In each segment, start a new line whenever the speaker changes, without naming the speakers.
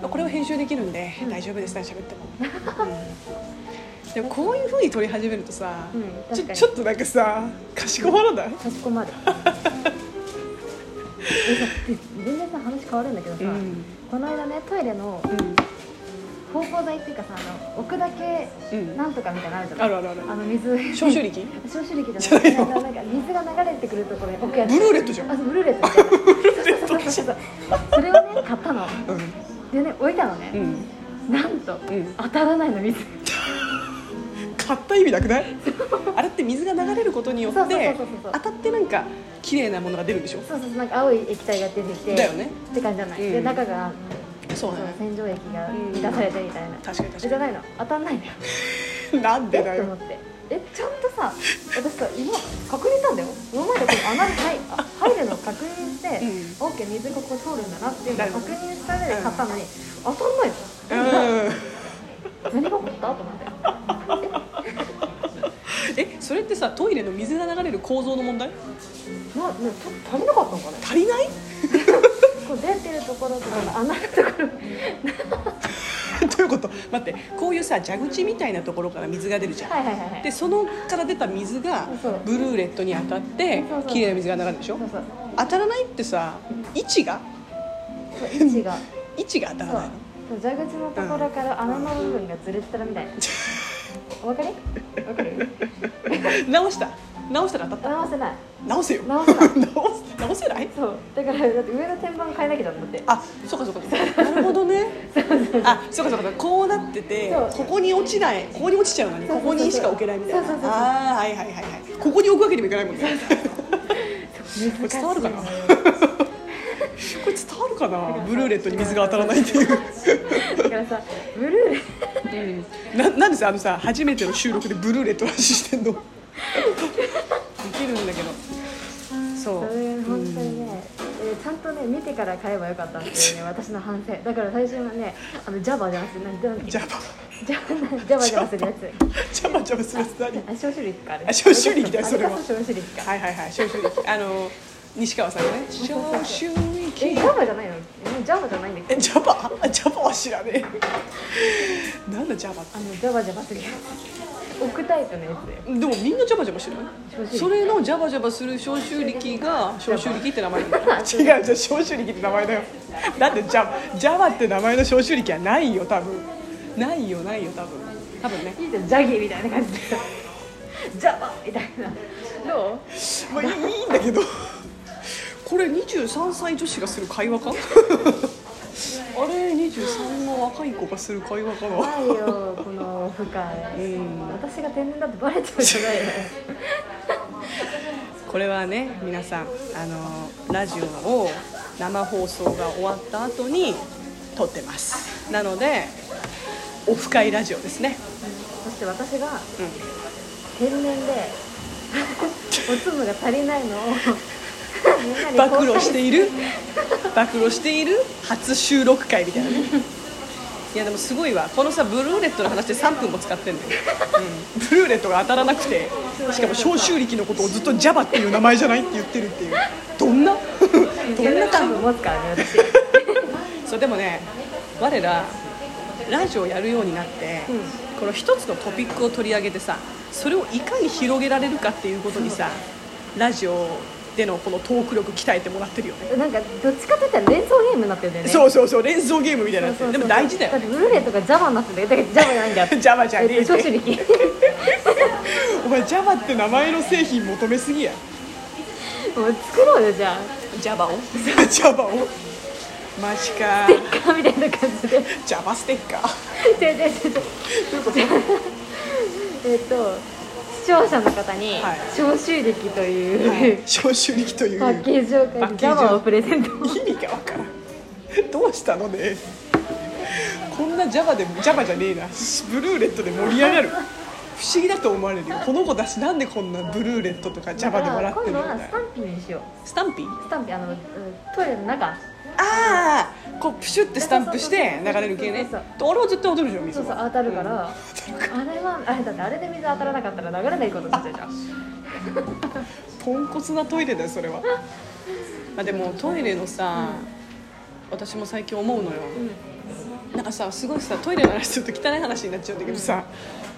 まあ、これは編集できるんで大丈夫ですね喋っても、うんでもこういうふうに撮り始めるとさ、
うん
ち
確か
ょ
に
ちょっとなんかさかしこまらない
かし こまるえさ全然さ話変わるんだけどさ、
うん
この間ねトイレの
うん
芳香剤っていうかさあの置くだけ
うん
なんとかみたいなのあるじゃな
あ
い、
るあるある
あの水
消臭力
消臭力じゃないなんか水が流れてくるところに置くやつ
ブルーレットじゃん
あそうブルーレットブルーレットそうそうそうそうそれをね買ったの
うん
でね置いたのね、
うん
なんと、
ん
当たらないの水
買った意味なくないあれって水が流れることによっ
そうそうそ
て
うそうそう
当たってなんか綺麗なものが出るんでしょ
そうそうそうなんか青い液体が出てきて
だよね
って感じじゃない、
うん
で中が
そう
そ
だ
の
ね
洗浄液が満たされてみたいな、
確かに確
じゃ
か
ないの当たんないのよ
になんでだ
えと思
よ
ってえちゃんとさ私さ今確認したんだよ今までこの穴に入あ入るのを確認して、
う
オッケー水ここ通るんだなっていうの
だ
を
よ
確
ね
認した上で買ったのに、当たんないの
うん
何が起こったと思って
えそれってさトイレの水が流れる構造の問題
なねちょっと足りなかったのかね
足りない
こう出てるところとかの穴のところ
どういうこと待ってこういうさ蛇口みたいなところから水が出るじゃん、
はいはいはいはい
でそのから出た水が
そう
ブルーレットに当たって
そうそう
綺麗な水が流れるでしょ
そうそう
当たらないってさ位置が
そう位置が
位置が当たら
そう
ないの
そう蛇口のところから穴の部分がずれてたみたいなお分かりわかる
直した直したら当たった
直せない
直 せよ
直せない
直せ直せない
そうだからだって上の天板変えなきゃだもんだって
あそうかそうかそうかなるほどねあそうかそうかこうなってて
そう
ここに落ちないここに落ちちゃうのに
そう
こ
そうそ
こ
う
にしか置けないみたいな
そうそうそうそう
ああはいはいはいはいここに置くわけにもいかないもんね
難しい
伝わるかな
のよ
これ伝わるかなブルーレットに水が当たらないっていう
だからさブルーレ
ななんでさあのさ初めての収録でブルーレットの話してんのできるんだけどそ
そうれ本当にね、えーちゃんとね見てから買えばよかったっていうね私の反省だから最初はねあのジャバじゃなくて何だっけ
ジ
ジャ
ャバ
バジャバじゃなくてやつ
ジャバジャバするやつ何
あ消臭力かあれ
あ消臭力だよそれは
あこ消臭力か
はいはいはい消臭力あの西川さんのね消臭力
えジャバじゃないのえジャバじゃないんだけど
えジャバあジャバは知らねえなんだジャバって
あのジャバジャバするやつ置くタイプのやつだよ
でもみんなジャバジャバしてない
消臭
そ
力
れのジャバジャバする消臭力が消臭力って名前なんだよ 違うじゃ消臭力って名前だよだってジャジャバって名前の消臭力はないよ多分ないよないよ多分多分ね
いいじゃんジャギーみたいな感じでジャバみたいなどう
まあいいいいんだけどこれ23歳女子がする会話 かあれ23の若い子がする会話かな
ないよこの深い、私が天然だってバレちゃうじゃないの
これはね皆さんあのラジオを生放送が終わった後に撮ってますなのでオフ会ラジオですね、
そして私が
うん、
天然でおつむが足りないのをみんなに
暴
公
露
開
している暴露している初収録回みたいなねいやでもすごいわこのさブルーレットの話で3分も使ってんのよ、うん、ブルーレットが当たらなくてしかも消臭力のことをずっと JAVA っていう名前じゃないって言ってるっていうどんな どんな感
感
じ
を持つからね私
そうでもね我らラジオやるようになって、この一つのトピックを取り上げてさそれをいかに広げられるかっていうことにさラジオでのこのトーク力鍛えてもらってるよね
なんかどっちかといったら連想ゲームになってるんだよね
そううそうそう連想ゲームみたいなやつ
そうそう
でも大事だ
だ
よ
ってブルーレイとかジャバになってるだけどジャバじゃないんだよ
ジャバじゃねえ
えっと
っ
消
て
臭力
お前 Java って名前の製品求めすぎや
もう作ろうよじゃあ
Java を Java をマジか
ステッカーみたいな感じで
Java ステッカー
違う違う違う違う えっと視聴者の方に
はい
消臭力という、
消臭力という
パッケージを書
パ
い
ッ
て
ケ
ジ
ージを
ャバをプレゼント
意味がわからんどうしたのねこんな Java で Java じゃねえなブルーレットで盛り上がる不思議だと思われるよこの子たちなんでこんなブルーレットとか Java で笑ってる
今
の
度
みた
は
い
ス
な
タンピーにしよ
スタンピー
うスタンピーあのうんトイレの中
ああこうプシュってスタンプして流れる系ね
そうそう
と俺は絶対踊るでしょ水
そう
は
そう当たるから、あれはあれだってあれで水当たらなかったら流れないことになっちゃうじゃん
ポンコツなトイレだよそれはまあでもトイレのさ、私も最近思うのよ、なんかさすごいさトイレの話すると汚い話になっちゃうんだけどさ、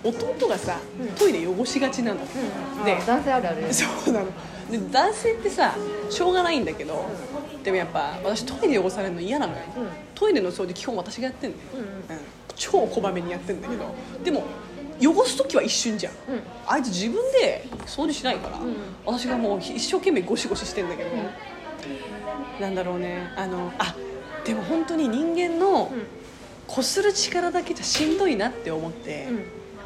弟がさトイレ汚しがちなんだ、
で
で
男性あるある
そうなので男性ってさしょうがないんだけどでもやっぱ私トイレ汚されるの嫌なのよ、
うん
トイレの掃除基本私がやってんのよ、
うん
うん超こまめにやってんだけどでも汚す時は一瞬じゃん、
うん
あいつ自分で掃除しないから、
ん
私がもう一生懸命ゴシゴシしてんだけど、なんだろうねあのあでも本当に人間の
うん
こする力だけじゃしんどいなって思って、
うん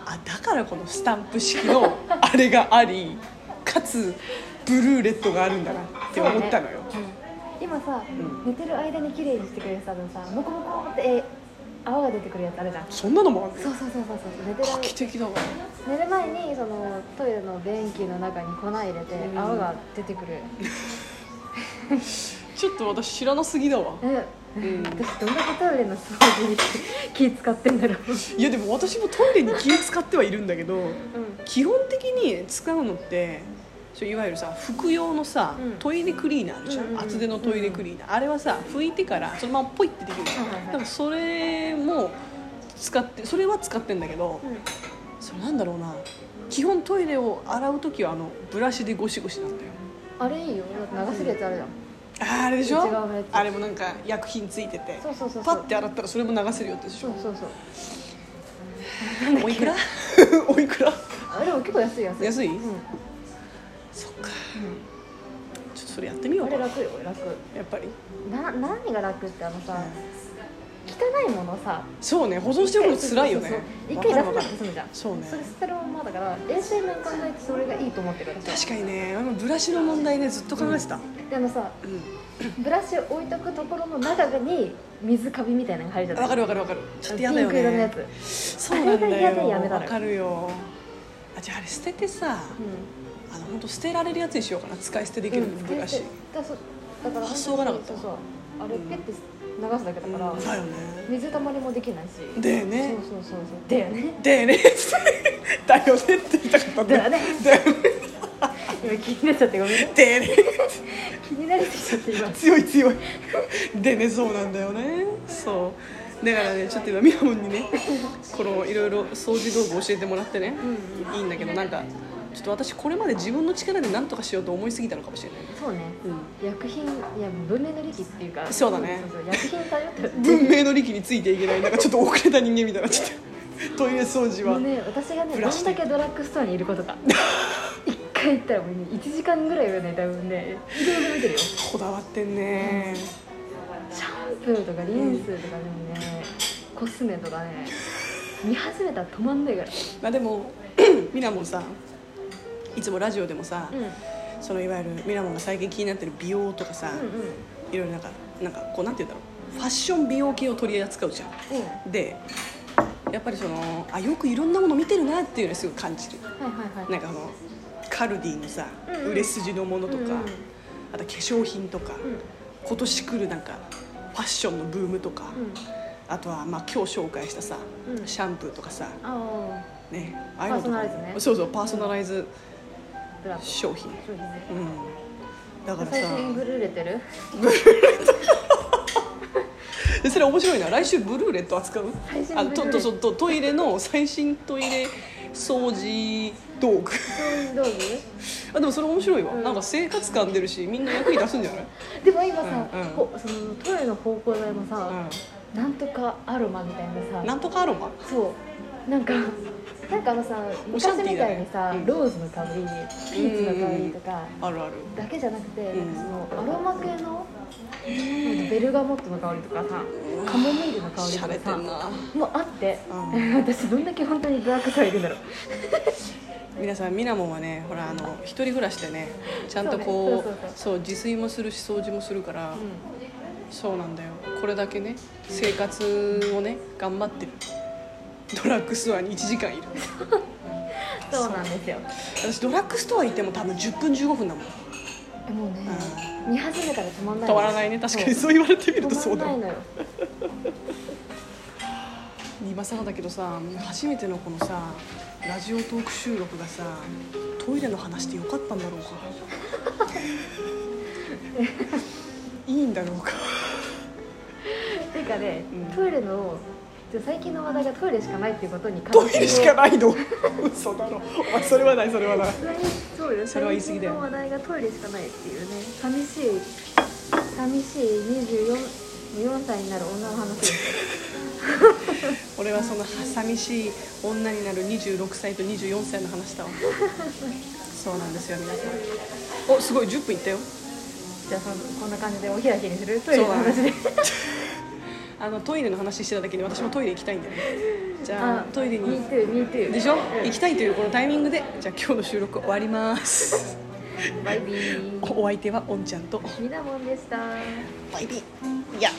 あだからこのスタンプ式のあれがありかつブルーレットがあるんだなって思ったのよ、
そうねうん今さ、
ん
寝てる間に綺麗にしてくれるさあのさモコモコってえ泡が出てくるやつあるじゃん
そんなのもある
そ
の
うそうそうそうそう寝てる
画期的だわ
寝る前にそのトイレの便器の中に粉入れて
うん
泡が出てくる、
ちょっと私知らなすぎだわ
え
ん
私どんだけトイレの掃除に気使ってんだろう、
いやでも私もトイレに気を使ってはいるんだけど基本的に使うのってそういわゆるさ服用のさ、
うん
トイレクリーナーあるじゃん、
うんうんうん
厚手のトイレクリーナー、あれはさ拭いてからそのままポイってできるじゃん、
はいはいはい
でもそれも使ってそれは使ってんだけど、
う
それなんだろうな基本トイレを洗う時はあのブラシでゴシゴシなんだよ
ん、あれいいよだって流せるやつあるじゃん、
あーあれでしょ
内側のやつ
あれもなんか薬品ついてて
そうそうそうそう
パッて洗ったらそれも流せるよってでし
そう
ょ
そうそう
おいく らおいくら
あでも結構安い安い
安い
うんうん、
そっかちょっとそれやってみよう
あ
か
れ
や
楽よ楽
っぱり
な何が楽ってあのさ、汚いものさ
そうね保存しておくのつらいよ
そう
ね
そう
わ
そう
かる
一回出
わ
さ
か
な
る
くて済むじゃん
そうね
それ捨てるまんまだから衛生面考えてそれがいいと思ってる私は
確かにねあのブラシの問題ねずっと考えてた、
であのさ
うん
ブラシを置いとくところの中に水カビみたいなのが入るじゃ
わか
ん
るわかるわかるちょっと嫌だ
ピン
よ
ク色のや
ね
つ、うん、
そうなんだ
あれが嫌で
よ
やめたの
わかるよあじゃああれ捨ててさ、あの本当捨てられるやつにしようかな使い捨てできるブラシ、
うんだそだから
発想がなかった
そうそうあれペッて流すだけだから、
だよね
水たまりもできないし
だよね
そうそうそうそうだよね
だよねだよねって言いたかったん
だよ
だ
ね
だよね
今気になっちゃってごめんね
だよね
気になれてきちゃって今
強い強いでねそうなんだよねそうだからねちょっと今みやもんにねこのいろいろ掃除道具教えてもらってね、いいんだけどなんかちょっと私これまで自分の力で何とかしようと思いすぎたのかもしれない、
そうね薬品いや文明の利器っていうか
そうだね
そうそう薬品頼っ てる
うん、文明の利器についていけないなんかちょっと遅れた人間みたいなちょっとトイレ掃除
も
は、
うね私がね
ブ
ど
ラシ
んだけドラッグストアにいること か一回行ったらもうね1時間ぐらいはね多分ねいろいろ見てるよシ
こだわってんね、
ャンプーとかリンスとかでもねコスメとかね見始めたら止まんないから
まあでも みなもんさいつもラジオでもさ、
うん
そのいわゆるみなもんが最近気になってる美容とかさ、
うんうん
いろいろなんかなんかこうなんて言うんだろうファッション美容系を取り扱うじゃ
うん
んでやっぱりそのあよくいろんなもの見てるなっていうのをすごい感じる
はいはいはい
なんかあのカルディのさ、
うんうん
売れ筋のものとか、
うんうん
あと化粧品とか、
うん
今年来るなんかファッションのブームとか、
うん
あとはまあ今日紹介したさ、
うん
シャンプーとかさ
あ
ねああいうのとかも
パーソナライズね
そうそうパーソナライズ
あブラック
商品、
そうですね
うん、だから
最初に
さ
ブルーレてる
でそれ面白いな来週ブルーレット扱う
最新
あ
ブルーレ
とと
ット
そうとトイレの最新トイレ掃除道具
そういう道具
あでもそれ面白いわ、
うん
なんか生活感出るしみんな役に立つんじゃない、
でも今さ、
うんうん
こうそのトイレの方向剤もさ、
う
なんとかアロマみたいなさ
ん、なんとかアロマ
そうなんかなんかあのさ
オシャン
昔
ティー
み
だ
た
ね
いにさ、
うん
ローズの香りピーチの香りとか
あるある
だけじゃなくて、
うん
なんかそのアロマ系のベルガモットの香りとかさカモミールの香り
しゃれ
と
て
か
ん
さ
な
もうあって、
う
私どんだけ本当にドラッグストア行くんだろう
皆さんみなもんはねほらあの一人暮らしでねちゃんとこう
そう
そう
ねそうそう
自炊もするし掃除もするから、そうなんだよこれだけね生活をね頑張ってるドラッグストアに1時間いる
そうなんですよ
私ドラッグストア行っても多分10分15分だもん
えもうね、見始めたら止まんない
変わらないね確かにそう言われてみるとそ
止
うだ
まんない
よ
のよ
今更だけどさ初めてのこのさラジオトーク収録がさトイレの話でよかったんだろうか いいんだろうか
えいうかね、
うん
トイレのちょ最近の話題がトイレしかないっていうことに関
トイレしかないの 嘘だろお前それはないそれはない
最近そうよ
それは言い過ぎだ
最近
よ
の話題がトイレしかないっていうね寂しい寂しい24 4歳になる女の 話です
俺はその寂しい女になる26歳と24歳の話 だわそうなんですよ皆さんおすごい10分いったよ
じゃあそのこんな感じでお開きにするトイ
そ
レ
う
の
だね
話で
あのトイレの話してただけで私もトイレ行きたいんだよねじゃあ
あ
トイレに
MeTooMeToo
でしょ、
うん
行きたいというこのタイミングでじゃあ今日の収録終わります
バイビー
おお相手はおんちゃんと
みなもんでした
バイビーいや